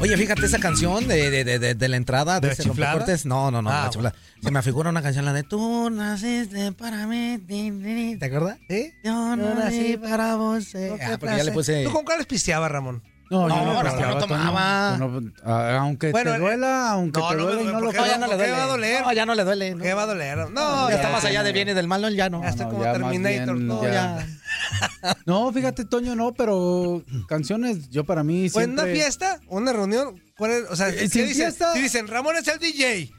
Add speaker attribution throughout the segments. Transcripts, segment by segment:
Speaker 1: Oye, fíjate esa canción de, de, de, de, de la entrada
Speaker 2: ¿De
Speaker 1: de,
Speaker 2: la
Speaker 1: ese
Speaker 2: chiflada?
Speaker 1: rompecortes. No, no, no,
Speaker 2: Ah,
Speaker 1: la chiflada. Se me figura una canción la de Tú naciste para mí. ti, ti, ti". ¿Te acuerdas?
Speaker 2: ¿Eh?
Speaker 1: Yo nací para vos. eh. Ah, porque ya le puse.
Speaker 2: ¿Tú con cuáles pisteabas, Ramón?
Speaker 3: No,
Speaker 1: No, Ramón,
Speaker 3: prestaba,
Speaker 1: no
Speaker 3: tú
Speaker 1: tomaba.
Speaker 3: tú no- ah, aunque
Speaker 2: Bueno,
Speaker 3: te
Speaker 2: eh,
Speaker 3: duela, aunque
Speaker 2: no,
Speaker 3: te
Speaker 2: no me
Speaker 3: duela y
Speaker 2: duele,
Speaker 3: no lo
Speaker 2: porque
Speaker 1: No, ya no le
Speaker 2: ¿Por qué
Speaker 1: duele.
Speaker 2: va a doler?
Speaker 1: No, ya no le duele. No,
Speaker 2: ¿Qué va a doler? No,
Speaker 1: ya está más allá de bien y del mal, no, ya no.
Speaker 2: Ya está
Speaker 3: No,
Speaker 2: como
Speaker 3: ya más
Speaker 2: Terminator.
Speaker 3: bien,
Speaker 2: no,
Speaker 1: No,
Speaker 2: ya.
Speaker 1: ya.
Speaker 3: No, fíjate, Toño, no, pero canciones, yo para mí
Speaker 2: ¿O en una
Speaker 3: siempre...
Speaker 2: Pues, fiesta? ¿O una reunión? ¿Cuál es? O sea,
Speaker 3: Eh,
Speaker 2: ¿qué
Speaker 3: sin
Speaker 2: dicen?
Speaker 3: fiesta.
Speaker 2: Si dicen, Ramón es el DJ.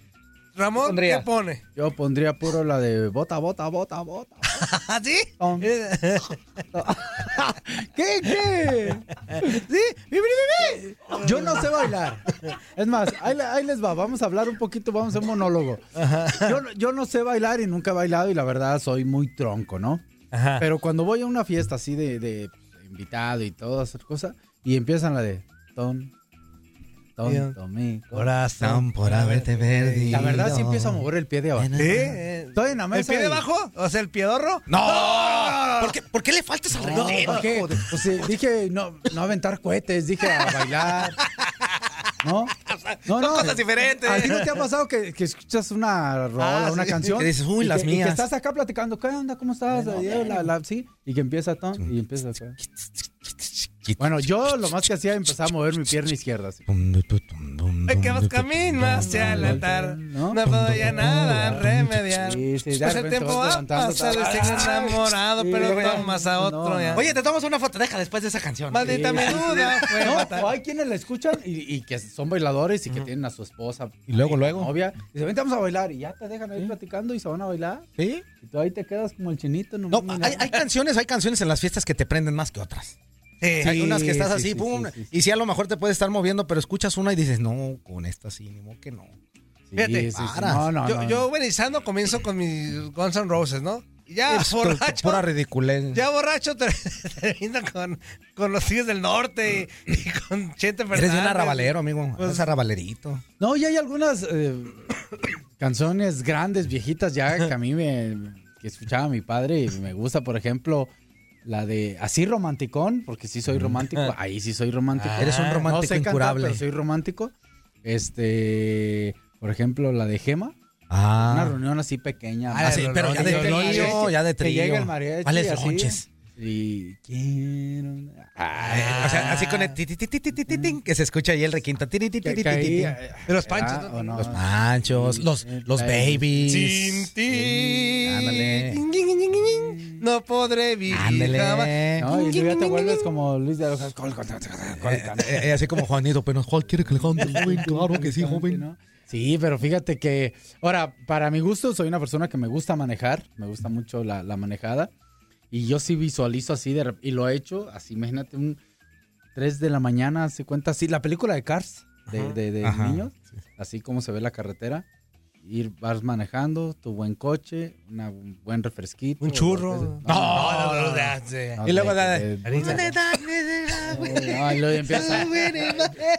Speaker 2: Ramón, ¿qué,
Speaker 1: pondría?
Speaker 2: pone?
Speaker 3: Yo pondría puro la de bota, bota, bota, bota.
Speaker 2: ¿Ah, sí?
Speaker 3: Tom. ¿Qué, qué?
Speaker 2: ¿Sí? ¡Vivi, vivi!
Speaker 3: Yo no sé bailar. Es más, ahí, le- ahí les va, vamos a hablar un poquito, vamos a hacer monólogo. Yo, no- yo no sé bailar y nunca he bailado y la verdad soy muy tronco, ¿no?
Speaker 2: Ajá.
Speaker 3: Pero cuando voy a una fiesta así de, de invitado y todas esas cosas, y empiezan la de ton, ton,
Speaker 2: Bien.
Speaker 3: tomé.
Speaker 2: Corazón
Speaker 1: Tan por haberte perdido.
Speaker 3: La verdad sí empiezo a mover el pie de abajo.
Speaker 2: ¿Sí? eh,
Speaker 3: Estoy en la
Speaker 2: ¿El
Speaker 3: mesa.
Speaker 2: pie
Speaker 3: y-
Speaker 2: de abajo? ¿O sea, el piedorro? Ah.
Speaker 1: No. ¿Por qué, ¿Por qué le faltas al
Speaker 3: No,
Speaker 1: respeto?
Speaker 3: ¿para qué? Pues, eh, dije no, no aventar cohetes, dije a bailar. ¿No? No, no.
Speaker 2: cosas diferentes.
Speaker 3: ¿A ti no te ha pasado que, que escuchas una rola,
Speaker 2: Ah,
Speaker 3: una
Speaker 2: sí.
Speaker 3: canción?
Speaker 1: Que dices, uy,
Speaker 3: y
Speaker 1: las
Speaker 3: que- Y
Speaker 1: mías.
Speaker 3: que estás acá platicando, ¿qué onda? ¿Cómo estás? Eh, la- la- sí, y que empieza ton, y empieza acá. Bueno, yo lo más que hacía empezaba a mover mi pierna izquierda. así.
Speaker 2: Ay, que los caminos se alentan, no podía nada remediar.
Speaker 3: Sí, sí,
Speaker 2: pues
Speaker 3: ya de
Speaker 2: el
Speaker 3: repente
Speaker 2: tiempo
Speaker 3: vas
Speaker 2: va
Speaker 3: levantando,
Speaker 2: pasado y
Speaker 3: tal.
Speaker 2: sigue enamorado,
Speaker 3: Sí,
Speaker 2: pero
Speaker 3: güey.
Speaker 2: tomas a otro.
Speaker 3: No,
Speaker 2: ya.
Speaker 3: no.
Speaker 2: Oye,
Speaker 1: Oye, te tomas una foto, deja después de esa canción.
Speaker 2: maldita
Speaker 3: sí.
Speaker 2: menuda, fue
Speaker 3: No,
Speaker 2: fatal.
Speaker 3: o hay quienes la escuchan y, y que son bailadores y que tienen a su esposa.
Speaker 1: Y luego,
Speaker 3: ahí,
Speaker 1: luego.
Speaker 3: Novia. Y se ven, vamos a bailar. Y ya te dejan ahí platicando y se van a bailar.
Speaker 1: ¿Sí?
Speaker 3: Y tú ahí te quedas como el chinito.
Speaker 1: No,
Speaker 3: nomás mirando.
Speaker 1: hay, hay canciones, hay canciones en las fiestas que te prenden más que otras.
Speaker 2: Sí.
Speaker 1: Eh, hay unas que estás
Speaker 3: sí,
Speaker 1: así,
Speaker 3: sí,
Speaker 1: pum,
Speaker 3: sí, sí, sí.
Speaker 1: y sí a lo mejor te puedes estar moviendo, pero escuchas una y dices, no, con esta sí, ni modo que no.
Speaker 3: Sí,
Speaker 2: fíjate,
Speaker 3: sí, sí.
Speaker 1: paras.
Speaker 3: No, no,
Speaker 2: yo,
Speaker 3: no.
Speaker 2: yo buenizando comienzo con mis Guns N' Roses, ¿no? Y Ya Ah, borracho.
Speaker 1: Pura ridiculez.
Speaker 2: Ya borracho ter- termina con, con los tigres del norte y, y con Chente Fernández.
Speaker 1: Eres bien arrabalero, amigo.
Speaker 2: Pues-
Speaker 1: Eres arrabalerito.
Speaker 3: No, y hay algunas eh, canciones grandes, viejitas ya, que a mí me que escuchaba mi padre y me gusta, por ejemplo, la de así romanticón, porque sí soy romántico, ahí sí soy romántico.
Speaker 1: Mm. Ah, eres un romántico
Speaker 3: cantar,
Speaker 1: incurable.
Speaker 3: pero soy romántico. Este, por ejemplo, la de Gema, una
Speaker 1: Ah,
Speaker 3: reunión así pequeña.
Speaker 2: Ah,
Speaker 3: ¿no?
Speaker 1: sí,
Speaker 2: el
Speaker 1: pero ya de
Speaker 2: mariachi, el
Speaker 1: trío,
Speaker 3: mariachi,
Speaker 1: ya de
Speaker 3: que
Speaker 1: trío.
Speaker 3: llega el mariachi,
Speaker 1: ¿Cuáles
Speaker 3: así.
Speaker 1: lonches?
Speaker 3: Y quiero una-
Speaker 2: Ah.
Speaker 3: Ah,
Speaker 1: Ay, Eh, O sea, así con el ti, ti, ti, ti, ti, ti, ti, ti, que se escucha ahí el requinto. Ti, ti, ti, ti,
Speaker 3: que-
Speaker 1: ti,
Speaker 3: que
Speaker 1: ti, ti.
Speaker 3: ahí,
Speaker 2: De los panchos,
Speaker 3: ¿verdad?
Speaker 2: ¿no?
Speaker 3: Ah, ¿O no?
Speaker 1: Los manchos, los, los babies.
Speaker 2: Sin ti.
Speaker 1: ándale.
Speaker 2: Ding, ding, ding, ding, ding. No podré vivir.
Speaker 1: Ándele.
Speaker 2: jamás.
Speaker 1: Eh,
Speaker 3: No, y luego ya te vuelves como Luis de Alojas.
Speaker 1: eh, eh, así como Juanito, pero Juan quiere que le cante, joven, claro que sí, joven.
Speaker 3: Sí, pero fíjate que, ahora, para mi gusto, soy una persona que me gusta manejar, me gusta mucho la, la manejada, y yo sí visualizo así, de, rep- y lo he hecho, así, imagínate, un 3 de la mañana, se cuenta así, la película de Cars, de, de- de
Speaker 1: Ajá.
Speaker 3: niños, así como se ve la carretera, ir, vas manejando, tu buen coche, una- un buen refresquito.
Speaker 2: Un churro.
Speaker 3: No,
Speaker 2: No, no, no, no, sí.
Speaker 3: no,
Speaker 1: Y luego
Speaker 3: de-
Speaker 1: la de-
Speaker 3: de- No, y luego empieza-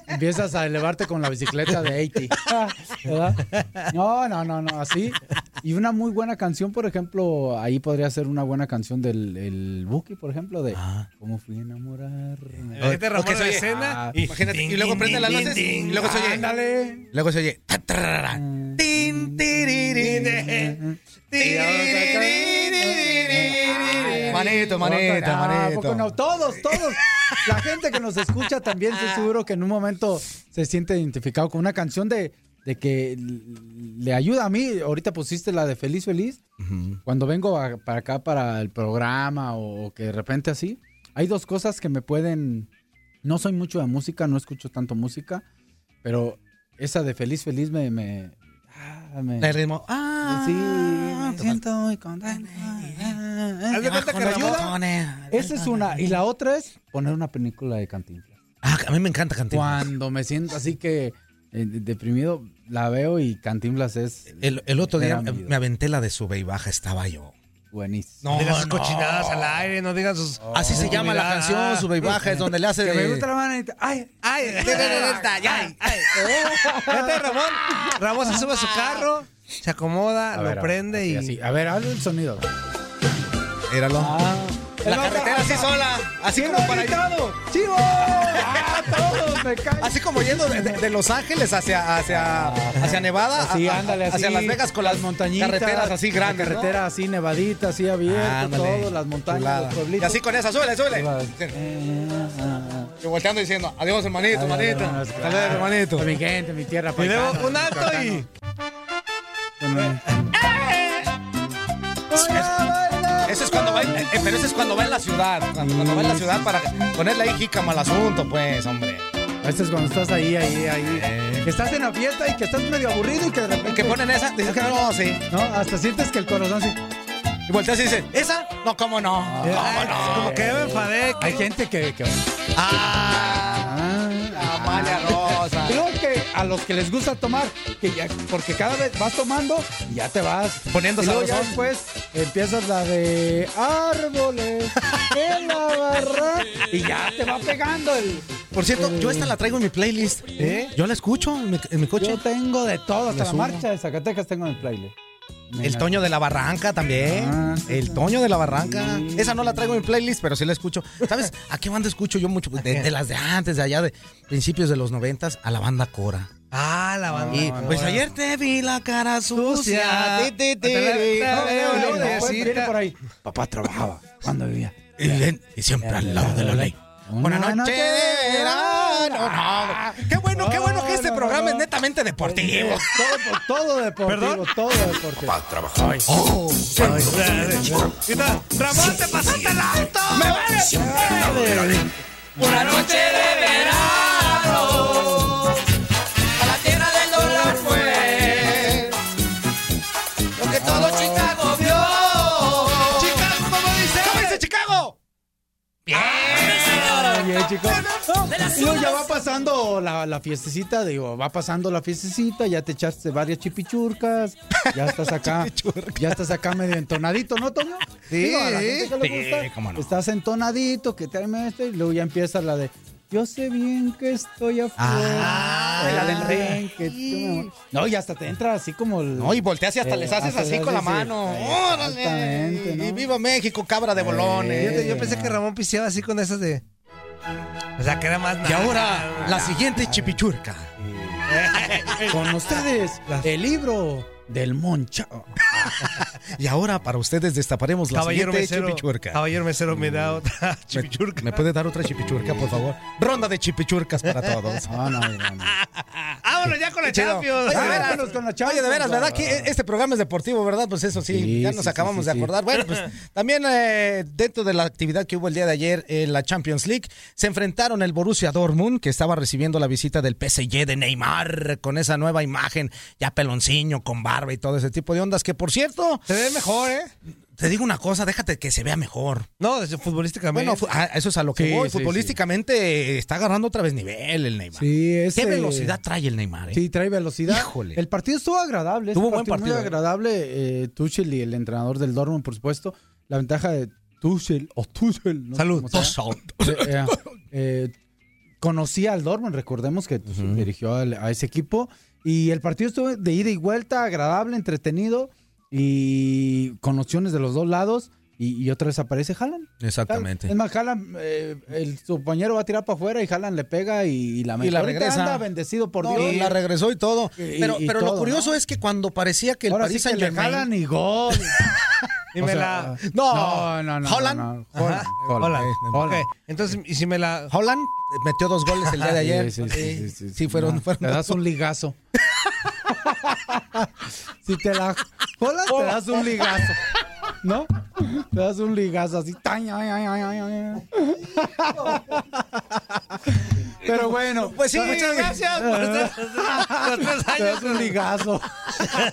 Speaker 3: empiezas a elevarte con la bicicleta de 80. ¿verdad? No, no, no, no, así. Y una muy buena canción, por ejemplo, ahí podría ser una buena canción del el Buki, por ejemplo,
Speaker 1: Ah.
Speaker 3: de
Speaker 2: Ah.
Speaker 3: ¿Cómo fui a enamorar?
Speaker 2: Vete Ramón
Speaker 1: Ok,
Speaker 2: a la
Speaker 1: oye,
Speaker 2: escena
Speaker 3: ah,
Speaker 2: y,
Speaker 1: Imagínate,
Speaker 2: ding,
Speaker 1: y luego
Speaker 2: ding,
Speaker 1: prende las
Speaker 2: ding,
Speaker 1: luces
Speaker 2: ding,
Speaker 1: y luego se oye.
Speaker 2: Ándale.
Speaker 1: Luego se oye. ta, tarara, tin, tirirín, eh.
Speaker 2: Tiririririririr.
Speaker 1: Manito, manito,
Speaker 3: Ah, ¿a poco no?
Speaker 1: manito.
Speaker 3: todos, todos. La gente que nos escucha también estoy seguro que en un momento se siente identificado con una canción de, de que le ayuda a mí. Ahorita pusiste la de Feliz Feliz. Cuando vengo a- para acá para el programa o, o que de repente así, hay dos cosas que me pueden... No soy mucho de música, no escucho tanto música, pero esa de Feliz Feliz me... me, ah, me-
Speaker 1: El ritmo. Ah,
Speaker 3: Sí, me
Speaker 1: total.
Speaker 3: siento muy contento.
Speaker 2: Haz de cuenta que
Speaker 1: Bajo los
Speaker 2: Ramón-
Speaker 1: botones.
Speaker 3: Esa es una. Y la otra es poner una película de Cantinflas.
Speaker 1: Ah, a mí me encanta Cantinflas.
Speaker 3: Cuando me siento así que eh, de- deprimido, la veo y Cantinflas es...
Speaker 1: El, el otro día
Speaker 3: Era mi
Speaker 1: me
Speaker 3: vida.
Speaker 1: aventé la de sube y baja, estaba yo.
Speaker 3: Buenísimo.
Speaker 1: No,
Speaker 2: digan sus
Speaker 1: no.
Speaker 2: cochinadas al aire, Oh, no digan sus.
Speaker 1: Así se llama la canción, sube y baja, es donde le hace
Speaker 3: Que me
Speaker 1: de-
Speaker 3: gusta la manita. Ay,
Speaker 2: Ay, ay, ay, ay, ay. Vete, Ramón. Ramón se sube a su carro, se acomoda, lo prende y.
Speaker 3: así. A ver, hazle el sonido.
Speaker 4: Éralo.
Speaker 3: Ah.
Speaker 1: la carretera así sola, así
Speaker 3: ¿Quién
Speaker 1: como
Speaker 3: lo ha
Speaker 1: para
Speaker 3: gritado? ¡Chivo! ¡Ah, todos! ¡Me caen!
Speaker 1: Así como yendo de, de- de Los Ángeles hacia, hacia, hacia Nevada,
Speaker 3: Así,
Speaker 1: a- a-
Speaker 3: ándale, así.
Speaker 1: hacia Las Vegas con las montañitas, carreteras así grandes, Ah,
Speaker 3: La carretera así nevadita, así abierta,
Speaker 1: Ándale.
Speaker 3: todo, las montañas,
Speaker 1: Chulada.
Speaker 3: los
Speaker 1: Y
Speaker 3: pueblitos.
Speaker 1: así con esa, súbele,
Speaker 3: Ah,
Speaker 1: súbele.
Speaker 3: ah,
Speaker 1: Y volteando diciendo, adiós
Speaker 3: ah.
Speaker 1: hermanito, hermanito.
Speaker 3: Adiós,
Speaker 1: Hasta luego, hermanito.
Speaker 3: De mi gente, mi tierra.
Speaker 2: Y luego
Speaker 3: paisano,
Speaker 2: un alto y.
Speaker 3: paisano.
Speaker 1: Eso es cuando va, en- eh, pero eso es cuando va en la ciudad, cuando, cuando
Speaker 3: Mm.
Speaker 1: va en la ciudad para ponerle ahí jícama al asunto, pues, hombre.
Speaker 3: A veces cuando estás ahí, ahí, ahí. Que estás en la fiesta y que estás medio aburrido y que de repente.
Speaker 1: Que ponen esa, dices que no, sí.
Speaker 3: ¿No? Hasta sientes que el corazón sí.
Speaker 1: Y volteas y dices, ¿esa? No, ¿cómo no? ¿Cómo
Speaker 2: Ay,
Speaker 1: no?
Speaker 2: Como que ya me enfadé.
Speaker 3: Hay gente que. que...
Speaker 1: Ah,
Speaker 3: Ah.
Speaker 1: la Amalia Rosa.
Speaker 3: Creo que a los que les gusta tomar, que ya, porque cada vez vas tomando y ya te vas.
Speaker 1: Poniendo
Speaker 3: y luego ya
Speaker 1: sabrosón.
Speaker 3: después empiezas la de árboles en la barra y ya te va pegando el.
Speaker 1: Por cierto, yo esta la traigo en mi playlist.
Speaker 3: ¿Eh?
Speaker 1: Yo la escucho en mi, en mi coche.
Speaker 3: Yo tengo de todo,
Speaker 1: Me
Speaker 3: hasta la
Speaker 1: sumo.
Speaker 3: marcha de Zacatecas tengo en el playlist.
Speaker 1: El Toño de la Barranca también.
Speaker 3: Ah, sí,
Speaker 1: el
Speaker 3: sí.
Speaker 1: Toño de la Barranca.
Speaker 3: Sí.
Speaker 1: Esa no la traigo en mi playlist, pero sí la escucho. ¿Sabes a qué banda escucho yo mucho? Pues de, de las de antes, de allá, de principios de los noventas, a la banda Cora.
Speaker 2: Ah, la banda.
Speaker 1: Y pues ayer te vi la cara sucia.
Speaker 2: Sucia.
Speaker 1: ti, ti, ti,
Speaker 2: Te la- te la-
Speaker 3: No,
Speaker 1: ti.
Speaker 3: no, no,
Speaker 2: Ay,
Speaker 3: después
Speaker 2: necesita-
Speaker 3: viene por ahí. Papá trabajaba cuando vivía.
Speaker 1: Y, ven- y siempre al lado de la ley. Una noche de verano. No, no. Qué bueno, qué bueno que este
Speaker 3: No, no,
Speaker 1: programa
Speaker 3: no.
Speaker 1: es netamente deportivo.
Speaker 3: Todo, todo deportivo,
Speaker 2: ¿Perdón?
Speaker 3: todo deportivo.
Speaker 1: Oh, ay.
Speaker 2: Grita, Ramón, te pasaste el alto.
Speaker 1: ¡Me vale! Una noche de verano A la tierra del dólar fue Lo que todo Chicago vio Chicago, ¿cómo dice? ¿Cómo dice Chicago?
Speaker 3: Bien, chicos. Y luego ya va pasando la, la fiestecita, digo, va pasando la fiestecita, ya te echaste varias chipichurcas, ya estás acá, ya estás acá medio entonadito, ¿no, Toño? Digo, a la gente que le gusta, estás entonadito, que te esto, y luego ya empieza la de, yo sé bien que estoy afuera.
Speaker 1: Ah, la del
Speaker 3: sé bien que tú me- No, y hasta te entra así como... el-
Speaker 1: No, y volteas y hasta
Speaker 3: Eh,
Speaker 1: les haces
Speaker 3: hasta
Speaker 1: así
Speaker 3: les
Speaker 1: con la
Speaker 3: haces-
Speaker 1: mano.
Speaker 3: Exactamente,
Speaker 1: ¡Órale!
Speaker 3: ¿no?
Speaker 1: Y viva México, cabra de
Speaker 2: Fíjate,
Speaker 1: bolones.
Speaker 2: yo pensé que
Speaker 5: Eh.
Speaker 2: Ramón piseaba así con esas de. O sea, que era más.
Speaker 1: Y ahora, la siguiente chipichurca.
Speaker 3: Con ustedes, el libro del Moncha.
Speaker 1: Y ahora, para ustedes, destaparemos la
Speaker 2: Caballero
Speaker 1: siguiente
Speaker 2: mesero.
Speaker 1: chipichurca.
Speaker 2: Caballero mesero me
Speaker 5: Mm.
Speaker 2: da otra
Speaker 1: ¿Me-
Speaker 2: chipichurca.
Speaker 1: ¿Me puede dar otra chipichurca, por favor? Ronda de chipichurcas para todos.
Speaker 3: Ah, No, no, no, no.
Speaker 2: Vámonos ya con la
Speaker 1: Chido.
Speaker 2: Champions.
Speaker 1: Oye, de veras,
Speaker 3: vámonos con la
Speaker 1: oye, de veras,
Speaker 3: Champions,
Speaker 1: ¿verdad?
Speaker 3: va.
Speaker 1: Que e- este programa es deportivo, ¿verdad? Pues eso sí,
Speaker 3: Sí,
Speaker 1: ya
Speaker 3: sí,
Speaker 1: nos
Speaker 3: sí,
Speaker 1: acabamos
Speaker 3: sí,
Speaker 1: de
Speaker 3: sí.
Speaker 1: acordar. Bueno, pues también eh, dentro de la actividad que hubo el día de ayer en la Champions League, se enfrentaron el Borussia Dortmund, que estaba recibiendo la visita del PSG de Neymar, con esa nueva imagen, ya pelonciño, con barba y todo ese tipo de ondas, que por cierto,
Speaker 2: Se ve mejor, ¿eh?
Speaker 1: te digo una cosa, déjate que se vea mejor.
Speaker 2: No, desde futbolísticamente.
Speaker 1: Bueno, fu- a- a eso es a lo que
Speaker 3: Sí,
Speaker 1: voy.
Speaker 3: sí,
Speaker 1: Futbolísticamente eh, está agarrando otra vez nivel el Neymar.
Speaker 3: Sí,
Speaker 1: ¿Qué
Speaker 3: ese-
Speaker 1: velocidad trae el Neymar? eh?
Speaker 3: Sí, trae velocidad.
Speaker 1: Híjole.
Speaker 3: El partido estuvo agradable.
Speaker 1: Tuvo
Speaker 3: Tuvo
Speaker 1: buen
Speaker 3: partido
Speaker 1: partido,
Speaker 3: Muy
Speaker 1: eh.
Speaker 3: agradable. Eh, Tuchel y el entrenador del Dortmund, por supuesto. La ventaja de Tuchel o Tuchel. no sé
Speaker 2: Salud.
Speaker 3: cómo se llama. Eh, eh, conocía al Dortmund, recordemos que dirigió al- a ese equipo. Y el partido estuvo de ida y vuelta, agradable, entretenido y con opciones de los dos lados. Y, y otra vez aparece Haaland.
Speaker 1: Exactamente.
Speaker 3: Es más, Haaland, eh, el, su compañero va a tirar para afuera y Haaland le pega y, la mete.
Speaker 1: la
Speaker 3: Ahorita
Speaker 1: regresa.
Speaker 3: anda bendecido por
Speaker 1: No,
Speaker 3: Dios.
Speaker 1: la regresó y todo.
Speaker 3: Y-
Speaker 1: pero
Speaker 3: y
Speaker 1: pero lo
Speaker 3: todo,
Speaker 1: curioso es que cuando parecía que el
Speaker 3: Ahora
Speaker 1: Paris
Speaker 3: sí que
Speaker 1: Saint
Speaker 3: le
Speaker 1: Germain.
Speaker 3: jalan y gol.
Speaker 2: Y
Speaker 3: O
Speaker 2: me
Speaker 3: sea,
Speaker 2: la.
Speaker 1: No,
Speaker 3: no, no.
Speaker 1: Haaland.
Speaker 3: no, no.
Speaker 2: Hola.
Speaker 3: Haaland,
Speaker 2: Hola.
Speaker 3: Haaland.
Speaker 2: Ok, Entonces, y si me la.
Speaker 1: Holland eh, metió dos goles el día de ayer.
Speaker 3: Sí, sí, sí, sí, sí, sí.
Speaker 1: fueron.
Speaker 3: No,
Speaker 1: fueron
Speaker 3: Te das un ligazo. si te la jolas, te das un ligazo. ¿No? Te das un ligazo así. tan, ay, ay, ay, ay, ay. Pero bueno.
Speaker 1: Pues sí,
Speaker 2: Muchas gracias por estar- los tres
Speaker 3: Te
Speaker 2: años.
Speaker 3: das un ligazo.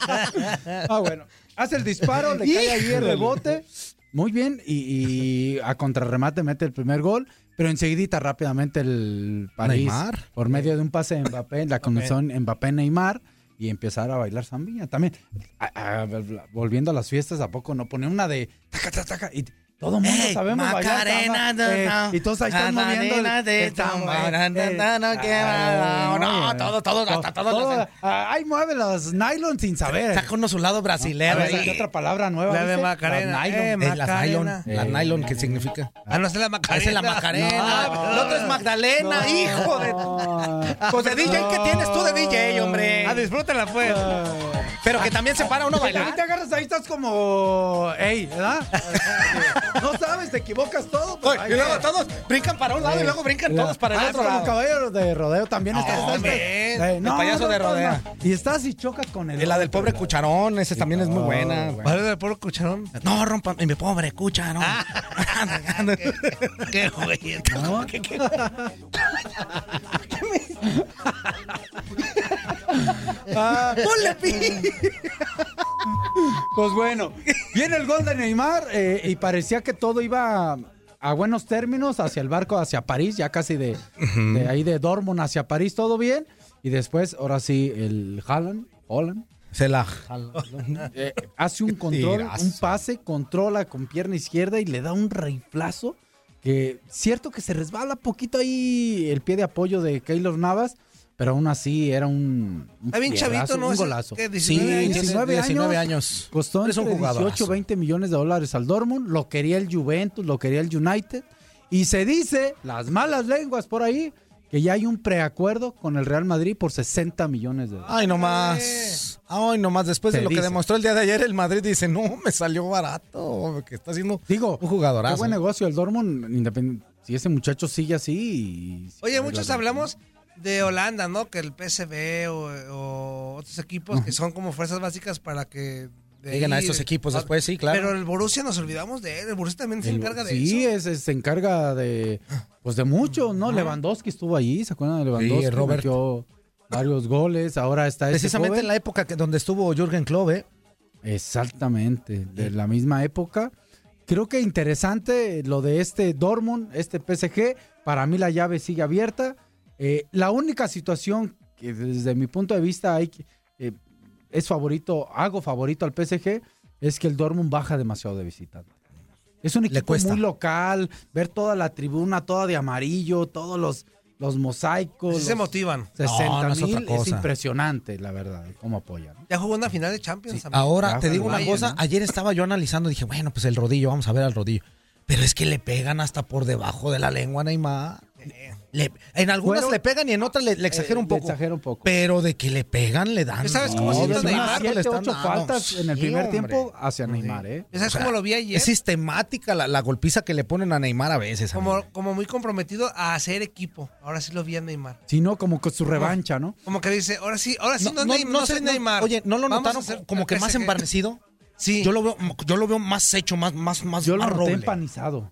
Speaker 3: ah, bueno. Hace el disparo, le cae ahí el rebote. Muy bien. Y, y a contrarremate mete el primer gol. Pero enseguidita rápidamente el París.
Speaker 1: Neymar.
Speaker 3: Por medio de un pase de Mbappé, la conexión Mbappé-Neymar. y empezar a bailar zambiña también. A- a- volviendo a las fiestas, ¿a poco no poner una de taca, taca, taca? Y todo el mundo
Speaker 5: Ey,
Speaker 3: sabemos
Speaker 5: Macarena,
Speaker 3: bailar.
Speaker 5: no,
Speaker 3: samba, eh,
Speaker 5: no.
Speaker 3: y todos ahí están moviendo. el-
Speaker 5: Macarena de
Speaker 3: el tambor,
Speaker 5: tambora, no,
Speaker 3: eh,
Speaker 5: no, no, qué
Speaker 3: ay,
Speaker 5: malo. No,
Speaker 3: oye,
Speaker 5: todo, todo, hasta todos
Speaker 3: todo,
Speaker 5: los-
Speaker 3: ah, Ahí mueve los nylon sin saber.
Speaker 5: Saca uno su lado
Speaker 3: A
Speaker 5: brasilero.
Speaker 3: ver, ¿qué
Speaker 5: ahí.
Speaker 3: otra palabra nueva?
Speaker 2: La de
Speaker 3: dice?
Speaker 2: Macarena,
Speaker 3: La
Speaker 2: eh,
Speaker 3: nylon.
Speaker 1: Eh, las nylon.
Speaker 2: Macarena.
Speaker 1: ¿Las nylon qué significa?
Speaker 2: Ah, no, esa es la Macarena.
Speaker 5: Esa es la Macarena.
Speaker 2: No,
Speaker 5: el otro es Magdalena, hijo de.
Speaker 3: Ah.
Speaker 5: Pues de DJ, ¿qué tienes tú de DJ, hombre?
Speaker 2: Ah, disfrútala, pues.
Speaker 5: Pero que también se para uno a
Speaker 3: Ahí te
Speaker 5: bailar.
Speaker 3: agarras, ahí estás como. ¡Ey! ¿Verdad? no sabes, te equivocas todo. pues,
Speaker 5: Oye,
Speaker 3: ahí
Speaker 5: Y luego
Speaker 3: está.
Speaker 5: todos brincan para un lado y luego brincan
Speaker 3: La-
Speaker 5: todos para el
Speaker 3: Ah, es
Speaker 5: otro
Speaker 3: como
Speaker 5: lado.
Speaker 3: caballero de rodeo también.
Speaker 5: No,
Speaker 3: estás-
Speaker 5: hombre,
Speaker 3: estás-
Speaker 5: el payaso de
Speaker 3: no,
Speaker 5: rodeo.
Speaker 3: no. Y estás y chocas con el.
Speaker 5: Y la del pobre cucharón, esa también es muy buena.
Speaker 2: Madre Oh, del pueblo cucharón. Ah.
Speaker 5: No, rompa, mi pobre cucharón.
Speaker 2: Qué güey.
Speaker 3: ¿No? Ah,
Speaker 5: Ponle pi.
Speaker 3: pues bueno, viene el gol de Neymar eh, y parecía que todo iba a, a buenos términos hacia el barco, hacia París, ya casi de, de ahí de Dortmund hacia París, todo bien. Y después, ahora sí, el Haaland, Holland,
Speaker 1: Se la.
Speaker 3: Eh, hace un control,
Speaker 1: tirazo.
Speaker 3: un pase, controla con pierna izquierda y le da un reiflazo. Que cierto que se resbala poquito ahí el pie de apoyo de Keylor Navas, pero aún así era un. un
Speaker 2: Está bien
Speaker 3: fierrazo,
Speaker 2: chavito, ¿no?
Speaker 3: Un
Speaker 2: Ese-
Speaker 3: golazo.
Speaker 2: ¿qué,
Speaker 1: Sí,
Speaker 2: 19 años?
Speaker 3: 19
Speaker 1: 19,
Speaker 3: años.
Speaker 1: años.
Speaker 3: Costó
Speaker 1: Es un
Speaker 3: entre 18
Speaker 1: jugadorazo.
Speaker 3: 20 millones de dólares al Dortmund, lo quería el Juventus, lo quería el United. Y se dice, las malas lenguas por ahí, que ya hay un preacuerdo con el Real Madrid por 60 millones de dólares.
Speaker 1: Ay, nomás. Ay, nomás. Después
Speaker 3: Se
Speaker 1: de lo que
Speaker 3: dice.
Speaker 1: demostró el día de ayer, el Madrid dice: No, me salió barato. Que está haciendo
Speaker 3: Ah, Digo,
Speaker 1: un jugadorazo.
Speaker 3: Qué buen negocio el Dortmund, independ- si ese muchacho sigue así. y-
Speaker 2: Oye, muchos hablamos de Holanda, ¿no? Que el PSV o, o otros equipos que son como fuerzas básicas para que... de
Speaker 1: Lleguen a
Speaker 2: ahí-
Speaker 1: estos equipos después, sí, claro.
Speaker 2: Pero el Borussia nos olvidamos de él. El Borussia también se
Speaker 3: El-
Speaker 2: encarga de
Speaker 3: sí,
Speaker 2: eso.
Speaker 3: es- es- se encarga de pues de mucho, ¿no? Lewandowski estuvo ahí, ¿se acuerdan de Lewandowski?
Speaker 1: Sí, Robert.
Speaker 3: Metió varios goles, ahora está este
Speaker 1: Precisamente
Speaker 3: joven.
Speaker 1: en la época que, donde estuvo Jürgen Klopp, ¿eh?
Speaker 3: Exactamente, de la misma época. Creo que interesante lo de este Dortmund, este PSG. Para mí la llave sigue abierta. Eh, la única situación que desde mi punto de vista hay, que- eh, es favorito, hago favorito al PSG, es que el Dortmund baja demasiado de visitante. Es un equipo
Speaker 1: cuesta.
Speaker 3: muy local, ver toda la tribuna, toda de amarillo, todos los, los mosaicos.
Speaker 2: Sí se
Speaker 3: los
Speaker 2: motivan.
Speaker 3: 60
Speaker 1: No, no es otra
Speaker 3: mil, es
Speaker 1: cosa.
Speaker 3: impresionante, la verdad, cómo apoyan.
Speaker 2: Ya jugó una final de Champions. también.
Speaker 1: Ahora,
Speaker 3: Ya
Speaker 1: te
Speaker 3: fue
Speaker 1: digo
Speaker 3: el
Speaker 1: una
Speaker 3: Bayern,
Speaker 1: cosa.
Speaker 3: ¿no?
Speaker 1: Ayer estaba yo analizando. Dije, bueno, pues el rodillo, vamos a ver al rodillo. Pero es que le pegan hasta por debajo de la lengua, Neymar. Le- en algunas
Speaker 3: Fueron-
Speaker 1: le pegan y en otras le, le exagera
Speaker 3: Eh,
Speaker 1: un
Speaker 3: le
Speaker 1: poco.
Speaker 3: exagera un poco.
Speaker 1: Pero de que le pegan, le dan.
Speaker 2: ¿Ya sabes
Speaker 1: No,
Speaker 2: cómo
Speaker 1: de
Speaker 2: siento
Speaker 1: unas
Speaker 2: Neymar?
Speaker 1: siete,
Speaker 3: Siete,
Speaker 1: ocho
Speaker 3: ocho faltas en el
Speaker 1: Sí,
Speaker 3: primer
Speaker 1: hombre.
Speaker 3: tiempo hacia Neymar, ¿eh?
Speaker 2: ¿Sabes cómo lo vi ayer?
Speaker 1: Es sistemática la, la golpiza que le ponen a Neymar a veces. amigo.
Speaker 2: Como, como muy comprometido a hacer equipo. Ahora sí lo vi a Neymar.
Speaker 3: Sino como con su revancha, ¿no?
Speaker 2: Como que dice, ahora sí, ahora sí no,
Speaker 1: No,
Speaker 2: es
Speaker 1: no-
Speaker 2: Neymar,
Speaker 1: no
Speaker 2: no
Speaker 1: sé,
Speaker 2: soy
Speaker 1: no-
Speaker 2: Neymar.
Speaker 1: Oye, ¿no lo
Speaker 2: Vamos a
Speaker 1: notaron
Speaker 2: hacer
Speaker 1: como que
Speaker 2: el
Speaker 1: más
Speaker 2: PSG.
Speaker 1: embarnecido?
Speaker 2: Sí.
Speaker 1: Yo lo veo, yo lo veo más hecho, más, más, más,
Speaker 3: Yo lo
Speaker 1: más
Speaker 3: noté
Speaker 1: roble.
Speaker 3: empanizado.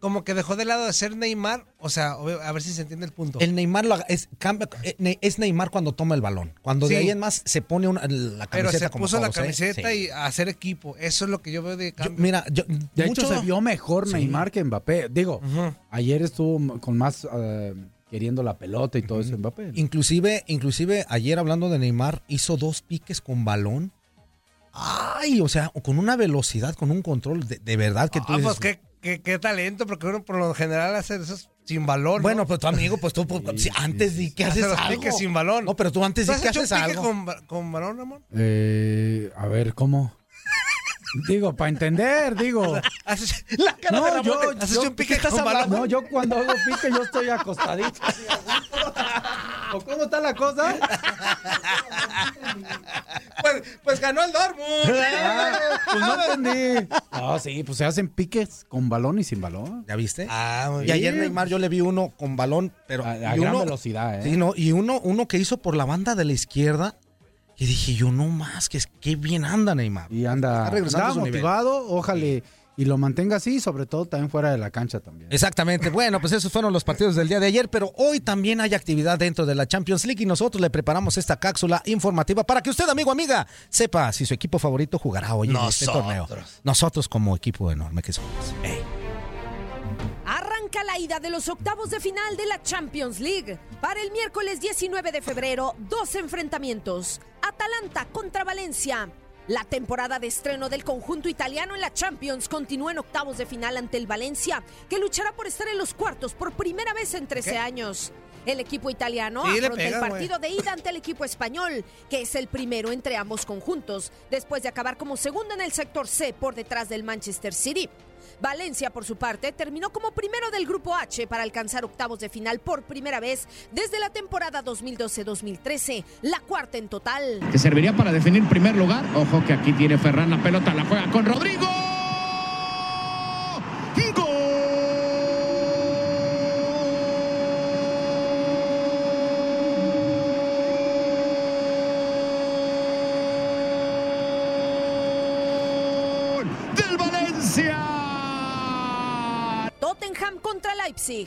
Speaker 2: como que dejó de lado de ser Neymar. O sea, obvio, a ver si se entiende el punto.
Speaker 1: el Neymar lo- es, cambia- eh, Ne- es Neymar cuando toma el balón. Cuando de
Speaker 2: Sí.
Speaker 1: ahí en más se pone una- la camiseta
Speaker 2: pero se
Speaker 1: como
Speaker 2: puso la
Speaker 1: todos, ¿eh?
Speaker 2: camiseta
Speaker 1: Sí.
Speaker 2: y a hacer equipo. Eso es lo que yo veo de
Speaker 1: Yo-
Speaker 2: cambio.
Speaker 1: mira, yo,
Speaker 3: De
Speaker 1: mucho-
Speaker 3: hecho, se vio mejor Neymar que Mbappé. Digo,
Speaker 2: Ah,
Speaker 3: ayer estuvo m- con más eh, queriendo la pelota y todo eso Mbappé.
Speaker 1: Inclusive, inclusive ayer hablando de Neymar, hizo dos piques con balón. Ay, o sea, con una velocidad, con un control de, de verdad que tú
Speaker 2: ah,
Speaker 1: dices,
Speaker 2: pues qué, qué, qué talento, porque uno por lo general hace esos sin valor. ¿no?
Speaker 1: Bueno, pues tu amigo, pues tú pues, si antes di que
Speaker 2: Hace
Speaker 1: haces
Speaker 2: los
Speaker 1: algo.
Speaker 2: piques sin balón.
Speaker 1: No, pero tú antes
Speaker 2: ¿Tú
Speaker 1: di
Speaker 2: has
Speaker 1: pues, que
Speaker 2: hecho un
Speaker 1: haces
Speaker 2: pique
Speaker 1: algo.
Speaker 2: con, ba- con balón, amor?
Speaker 3: Eh, a ver, ¿cómo? Digo, para entender, digo.
Speaker 2: ¿Haces, la cara de Ramón, ¿Has hecho un pique con balón?
Speaker 3: No, yo cuando hago pique, yo estoy acostadito. ¿O cómo está la cosa?
Speaker 2: Pues, pues ganó el Dortmund.
Speaker 3: Ah, pues no entendí. No, sí, pues se hacen piques con balón y sin balón.
Speaker 1: ¿Ya viste?
Speaker 2: ah, muy
Speaker 1: y ayer Neymar yo le vi uno con balón, pero
Speaker 3: A, a
Speaker 1: y
Speaker 3: gran
Speaker 1: uno-
Speaker 3: velocidad, ¿eh?
Speaker 1: Sí, no, y uno, uno que hizo por la banda de la izquierda, y dije yo, no más, que es- qué bien anda Neymar.
Speaker 3: Y anda,
Speaker 1: Está regresando
Speaker 3: andaba
Speaker 1: a su nivel.
Speaker 3: motivado, ojalá y lo mantenga así, sobre todo también fuera de la cancha también.
Speaker 1: Exactamente. Bueno, pues esos fueron los partidos del día de ayer, pero hoy también hay actividad dentro de la Champions League y nosotros le preparamos esta cápsula informativa para que usted, amigo, amiga, sepa si su equipo favorito jugará hoy en este torneo. Nosotros como equipo enorme que somos. Ey.
Speaker 6: Arranca la ida de los octavos de final de la Champions League. Para el miércoles 19 de febrero, dos enfrentamientos. Atalanta contra Valencia. La temporada de estreno del conjunto italiano en la Champions continúa en octavos de final ante el Valencia, que luchará por estar en los cuartos por primera vez en 13 años. El equipo italiano
Speaker 2: Sí, le
Speaker 6: afronta
Speaker 2: pegan,
Speaker 6: el
Speaker 2: güey.
Speaker 6: partido de ida ante el equipo español, que es el primero entre ambos conjuntos, después de acabar como segundo en el sector C por detrás del Manchester City. Valencia, por su parte, terminó como primero del grupo H para alcanzar octavos de final por primera vez desde la temporada 2012-2013, la cuarta en total.
Speaker 7: que serviría para definir primer lugar. Ojo que aquí tiene Ferran la pelota, la juega con Rodrigo. ¡Gol del Valencia!
Speaker 6: Tottenham contra Leipzig.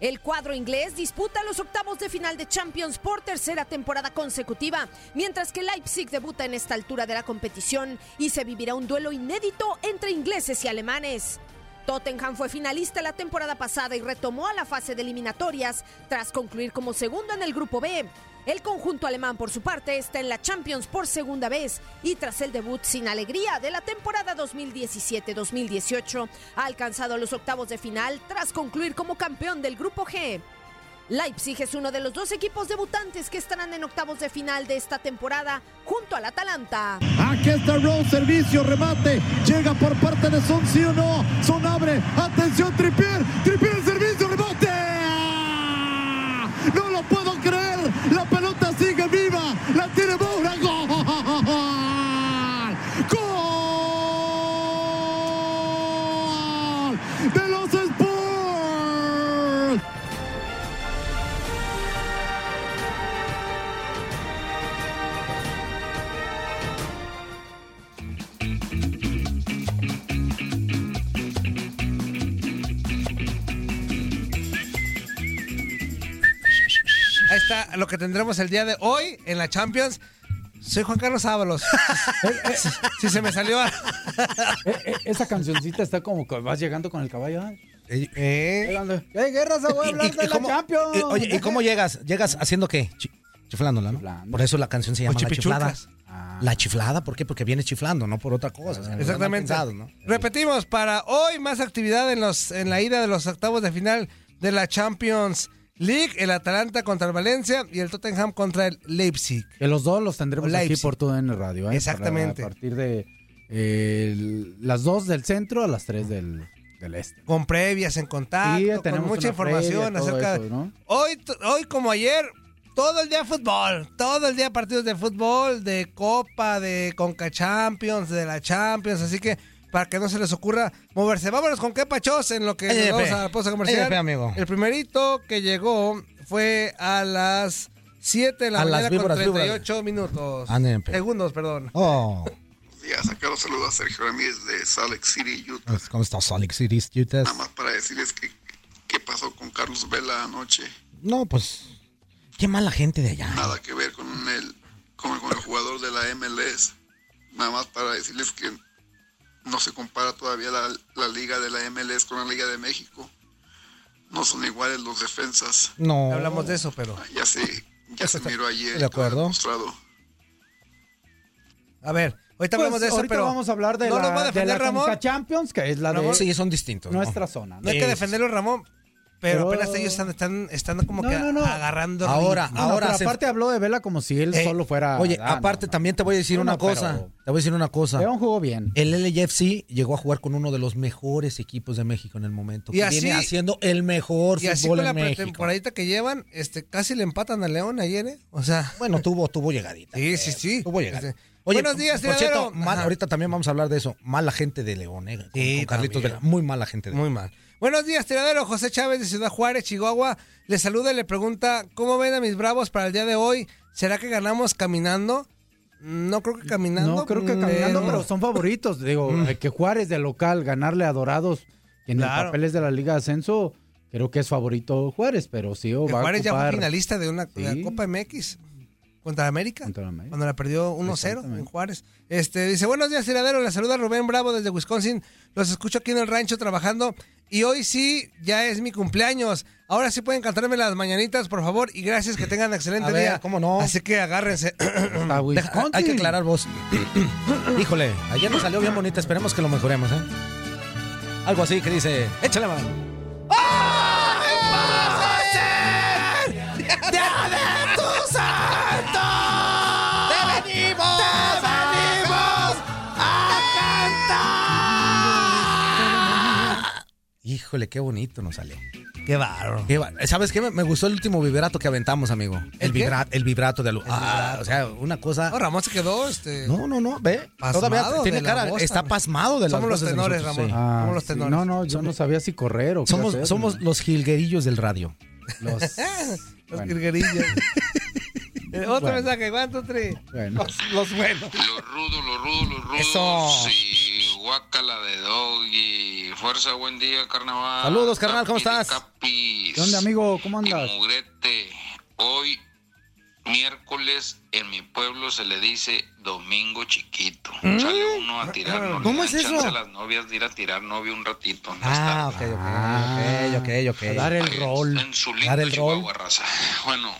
Speaker 6: El cuadro inglés disputa los octavos de final de Champions por tercera temporada consecutiva, mientras que Leipzig debuta en esta altura de la competición y se vivirá un duelo inédito entre ingleses y alemanes. Tottenham fue finalista la temporada pasada y retomó a la fase de eliminatorias tras concluir como segundo en el grupo B. El conjunto alemán, por su parte, está en la Champions por segunda vez y tras el debut sin alegría de la temporada 2017-2018, ha alcanzado los octavos de final tras concluir como campeón del grupo G. Leipzig es uno de los dos equipos debutantes que estarán en octavos de final de esta temporada junto al Atalanta.
Speaker 8: Aquí está Rowe, servicio, remate. Llega por parte de Son, sí o no. Son abre. Atención, Tripier. Tripier, servicio, remate. ¡Ah! No lo puedo creer. La pelota sigue viva. La tiene Moura. ¡Gol! ¡Gol! De los Spurs.
Speaker 2: Ahí está lo que tendremos el día de hoy en la Champions. Soy Juan Carlos Ábalos. Si- si se me salió.
Speaker 3: Eh, eh, esa cancioncita está como que vas llegando con el caballo. ay,
Speaker 2: Eh,
Speaker 3: llegando. ¡Ey, guerras! voy a
Speaker 1: ¿Y-
Speaker 3: hablar
Speaker 1: y-
Speaker 3: de
Speaker 1: y
Speaker 3: la
Speaker 1: cómo-
Speaker 3: Champions!
Speaker 1: y- oye, ¿y cómo llegas? ¿Llegas haciendo qué? Chi- Chiflándola, ¿no?
Speaker 3: Chiflando.
Speaker 1: Por eso la canción se
Speaker 2: O
Speaker 1: llama La Chiflada.
Speaker 2: chipichucas.
Speaker 3: Ah.
Speaker 1: La chiflada, ¿por qué? Porque vienes chiflando, no por otra cosa. o sea,
Speaker 2: exactamente.
Speaker 1: mal pensado, ¿no?
Speaker 2: Repetimos, para hoy más actividad en, los, en la ida de los octavos de final de la Champions League. El Atalanta contra el Valencia y el Tottenham contra el Leipzig.
Speaker 3: Que los dos los tendremos
Speaker 2: Leipzig.
Speaker 3: aquí por todo en el radio. ¿eh? Para-
Speaker 2: Exactamente.
Speaker 3: A partir de eh, el- las 2 del centro a las 3 del, del este.
Speaker 2: Con previas, en contacto,
Speaker 3: Sí,
Speaker 2: con
Speaker 3: tenemos
Speaker 2: mucha
Speaker 3: una previa,
Speaker 2: información
Speaker 3: todo
Speaker 2: acerca
Speaker 3: eso, ¿no?
Speaker 2: Hoy, t- hoy como ayer, todo el día fútbol, todo el día partidos de fútbol, de Copa, de Conca Champions, de la Champions, así que para que no se les ocurra moverse. Vámonos con qué pachos en lo que
Speaker 1: Ay,
Speaker 2: nos vamos
Speaker 1: pe.
Speaker 2: a la pausa comercial.
Speaker 1: Ay, pe, amigo.
Speaker 2: El primerito que llegó fue a las 7 de la
Speaker 1: A las
Speaker 2: mañana
Speaker 1: víboras,
Speaker 2: con
Speaker 1: víboras.
Speaker 2: 38 minutos.
Speaker 1: Ándale, pe.
Speaker 2: Segundos, perdón.
Speaker 1: Oh,
Speaker 4: días, acá los saludos a Sergio Ramírez de Salt Lake City, Utah.
Speaker 1: pues, ¿cómo estás, Alex? ¿Iris, Yutas?
Speaker 4: Nada más para decirles que qué pasó con Carlos Vela anoche.
Speaker 1: No, pues. Qué mala gente de allá.
Speaker 4: Nada que ver con el, con, con el jugador de la MLS. Nada más para decirles que no se compara todavía la, la liga de la MLS con la liga de México. No son iguales los defensas.
Speaker 1: No.
Speaker 2: Hablamos de eso, pero.
Speaker 4: Ya se, ya se miró ayer.
Speaker 1: de acuerdo.
Speaker 4: demostrado.
Speaker 2: A ver, ahorita
Speaker 3: Pues,
Speaker 2: hablamos de eso,
Speaker 3: ahorita
Speaker 2: pero.
Speaker 3: vamos a hablar de
Speaker 2: no
Speaker 3: la,
Speaker 2: nos va a
Speaker 3: de
Speaker 2: defender
Speaker 3: la
Speaker 2: Ramón. Eh,
Speaker 3: Conca Champions, que es la de
Speaker 1: Sí, son distintos. ¿no?
Speaker 3: nuestra zona.
Speaker 2: No hay que defenderlo, Ramón. Pero
Speaker 3: Pero-
Speaker 2: apenas ellos están, están, están como
Speaker 3: No,
Speaker 2: que
Speaker 3: no, no.
Speaker 2: agarrando.
Speaker 1: Ahora,
Speaker 2: ritmo.
Speaker 3: No, no,
Speaker 1: ahora
Speaker 3: pero
Speaker 1: se-
Speaker 3: aparte habló de Vela como si él
Speaker 1: Eh,
Speaker 3: solo fuera.
Speaker 1: Oye,
Speaker 3: Ah, no,
Speaker 1: aparte,
Speaker 3: no.
Speaker 1: también te voy a decir
Speaker 3: No,
Speaker 1: una
Speaker 3: no,
Speaker 1: cosa.
Speaker 3: pero-
Speaker 1: Te voy a decir una cosa.
Speaker 3: León jugó bien.
Speaker 1: El LAFC llegó a jugar con uno de los mejores equipos de México en el momento.
Speaker 2: Y
Speaker 1: que
Speaker 2: así-
Speaker 1: viene haciendo el mejor
Speaker 2: Y así
Speaker 1: fútbol
Speaker 2: con la
Speaker 1: en México.
Speaker 2: pretemporadita que llevan, este, casi le empatan a León ayer, ¿eh? O sea,
Speaker 1: Bueno, tuvo, tuvo llegadita.
Speaker 2: Sí, sí, sí.
Speaker 1: Tuvo llegadita.
Speaker 2: Este, buenos días,
Speaker 1: por cierto,
Speaker 2: tiradero.
Speaker 1: mal-
Speaker 2: Ajá.
Speaker 1: ahorita también vamos a hablar de eso. Mala gente de León, ¿eh? Con,
Speaker 2: Sí,
Speaker 1: con Carlitos
Speaker 2: también.
Speaker 1: Vela. Muy mala gente de
Speaker 2: muy mal. Buenos días, tiradero. José Chávez de Ciudad Juárez, Chihuahua. Le saluda y le pregunta, ¿cómo ven a mis bravos para el día de hoy? ¿Será que ganamos caminando? No creo que caminando.
Speaker 3: No, creo que caminando, pero son favoritos. Digo, eh, que Juárez de local, ganarle a Dorados, que en
Speaker 2: Mm. Claro.
Speaker 3: el papel es de la Liga de Ascenso, creo que es favorito Juárez, pero sí o
Speaker 2: Que
Speaker 3: va
Speaker 2: Juárez
Speaker 3: a
Speaker 2: ya fue
Speaker 3: ocupar
Speaker 2: finalista de una de la
Speaker 3: Sí.
Speaker 2: Copa MX contra América.
Speaker 3: contra la América.
Speaker 2: Cuando la perdió 1-0 en
Speaker 3: Exactamente.
Speaker 2: Juárez. Este, dice, buenos días, tiradero. Le saluda Rubén Bravo desde Wisconsin. Los escucho aquí en el rancho trabajando. Y hoy sí, ya es mi cumpleaños. Ahora sí pueden cantarme las mañanitas, por favor. Y gracias, que tengan excelente
Speaker 1: A ver,
Speaker 2: día.
Speaker 1: ¿cómo no?
Speaker 2: Así que agárrense.
Speaker 3: Hasta
Speaker 1: Deja-
Speaker 3: Wisconsin.
Speaker 1: hay que aclarar voz. Híjole, ayer nos salió bien bonita, esperemos que lo mejoremos, ¿eh? Algo así que dice, échale mano. Híjole, qué bonito nos salió.
Speaker 2: Qué bárbaro.
Speaker 1: Qué va- ¿Sabes qué? Me- Me gustó el último vibrato que aventamos, amigo. El,
Speaker 2: ¿El qué?
Speaker 1: vibra- el vibrato de luz. Ah, o sea, una cosa.
Speaker 2: No, Ramón se quedó, este.
Speaker 1: No, no, no, ve.
Speaker 2: Pasmado
Speaker 1: Todavía tiene
Speaker 2: de la
Speaker 1: cara,
Speaker 2: voz
Speaker 1: está
Speaker 2: también.
Speaker 1: pasmado de las
Speaker 2: Somos los
Speaker 1: voces de
Speaker 2: tenores,
Speaker 1: nosotros,
Speaker 2: Ramón.
Speaker 1: sí.
Speaker 3: Ah,
Speaker 2: Somos los
Speaker 3: sí.
Speaker 2: tenores.
Speaker 3: No, no, yo no sabía si correr o qué hacer,
Speaker 1: Somos, somos
Speaker 3: ¿no?
Speaker 1: los jilguerillos del radio.
Speaker 3: los.
Speaker 2: Los
Speaker 3: Bueno.
Speaker 2: virguerillos. Eh, Otro
Speaker 3: Bueno.
Speaker 2: mensaje, ¿cuánto, Tri?
Speaker 3: Bueno,
Speaker 9: Los rudos, los rudos, los rudos.
Speaker 1: Eso.
Speaker 9: Sí, guácala de doggy. Fuerza, buen día, carnaval.
Speaker 1: Saludos, carnal, ¿cómo
Speaker 9: Capis de
Speaker 1: estás?
Speaker 9: capis.
Speaker 3: ¿Qué onda, amigo? ¿Cómo andas?
Speaker 9: Y mugrete. Hoy, miércoles, en mi pueblo se le dice domingo chiquito. Sale uno a tirar novia.
Speaker 1: ¿Eh? ¿Cómo es eso?
Speaker 9: las novias de ir a tirar novio un ratito. no está.
Speaker 1: Ah, ok, ok, ok, ok, ok.
Speaker 3: dar el rol.
Speaker 9: En su
Speaker 1: Dar
Speaker 9: lindo
Speaker 1: el rol.
Speaker 9: Chihuahua, raza. Bueno,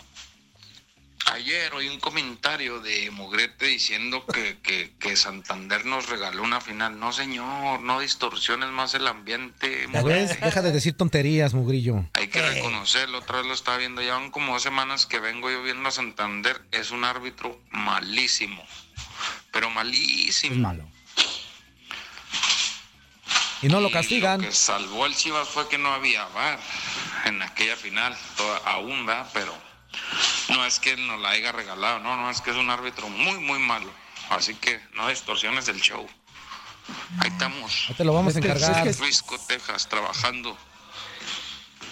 Speaker 9: ayer oí un comentario de Mugrete diciendo que, que- que Santander nos regaló una final. No, señor, no distorsiones más el ambiente.
Speaker 1: ¿Ya ves?
Speaker 9: Mugrete.
Speaker 1: Deja de decir tonterías, mugrillo.
Speaker 9: Hay que reconocerlo, otra vez lo estaba viendo, ya van como dos semanas que vengo yo viendo a Santander, es un árbitro malísimo, pero
Speaker 3: es
Speaker 9: malísimo.
Speaker 3: malo.
Speaker 1: Y no lo
Speaker 9: Y
Speaker 1: castigan.
Speaker 9: Lo que salvó al Chivas fue que no había VAR en aquella final, toda, aún va, pero no es que nos la haya regalado, no, no, es que es un árbitro muy, muy malo. Así que no distorsiones del show. Ahí estamos,
Speaker 1: No te lo vamos a
Speaker 3: Es que-
Speaker 1: encargar.
Speaker 3: es
Speaker 9: Risco, Texas, trabajando.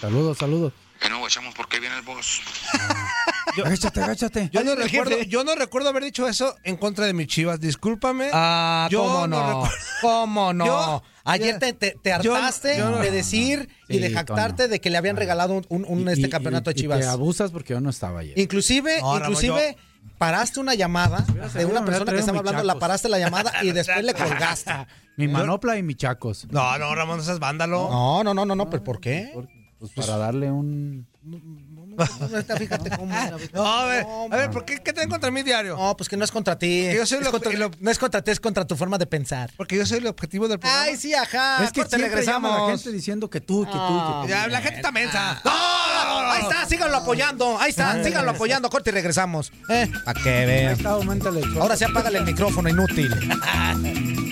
Speaker 3: Saludos, saludos.
Speaker 9: Que no echamos porque viene el boss.
Speaker 3: Agáchate, agáchate.
Speaker 2: Yo no,
Speaker 1: Ándale,
Speaker 2: recuerdo,
Speaker 1: jefe.
Speaker 2: yo no recuerdo haber dicho eso en contra de mis chivas. Discúlpame.
Speaker 1: Ah,
Speaker 2: Yo
Speaker 1: cómo
Speaker 2: no
Speaker 1: no.
Speaker 2: recuerdo.
Speaker 1: ¿Cómo no?
Speaker 2: Yo-
Speaker 1: Ayer te, te- te
Speaker 2: Yo-
Speaker 1: hartaste
Speaker 2: yo no-
Speaker 1: de decir y
Speaker 3: Sí,
Speaker 1: de jactarte
Speaker 3: Toño.
Speaker 1: de que le habían regalado un, un- un, este
Speaker 3: Y- y-
Speaker 1: campeonato de
Speaker 3: y
Speaker 1: Chivas.
Speaker 3: te abusas porque yo no estaba ayer.
Speaker 1: Inclusive,
Speaker 2: No, Ramón,
Speaker 1: inclusive paraste una llamada de
Speaker 3: seguro me
Speaker 1: una persona
Speaker 3: hubiera
Speaker 1: que
Speaker 3: traído
Speaker 1: estaba
Speaker 3: mis
Speaker 1: hablando, la
Speaker 3: chacos.
Speaker 1: paraste la llamada y después le colgaste.
Speaker 3: Mi manopla y mis chacos.
Speaker 2: No, no, Ramón, no seas vándalo.
Speaker 1: No, no, no, no, no, pero ¿por qué?
Speaker 3: Pues para darle un.
Speaker 1: Ahorita Fíjate cómo.
Speaker 2: No, a ver, a ver, ¿por qué, qué tienen contra mí diario?
Speaker 1: No, pues que no es contra ti.
Speaker 2: Que yo soy
Speaker 1: Es
Speaker 2: lo-
Speaker 1: contra-
Speaker 2: lo-
Speaker 1: No es contra ti, es contra tu forma de pensar.
Speaker 2: Porque yo soy el objetivo del programa.
Speaker 1: Ay, sí, ajá.
Speaker 3: es que
Speaker 1: te
Speaker 3: siempre regresamos.
Speaker 1: regresamos. Ah.
Speaker 3: la gente diciendo que tú, que tú, que tú.
Speaker 2: ya, la gente está mensa.
Speaker 1: Ahí está, síganlo apoyando. Ahí está, síganlo apoyando. Corte y regresamos. Eh, para que
Speaker 3: Ahí
Speaker 1: vean.
Speaker 3: está, aumentale el sueldo.
Speaker 1: Ahora sí apágale el micrófono, inútil.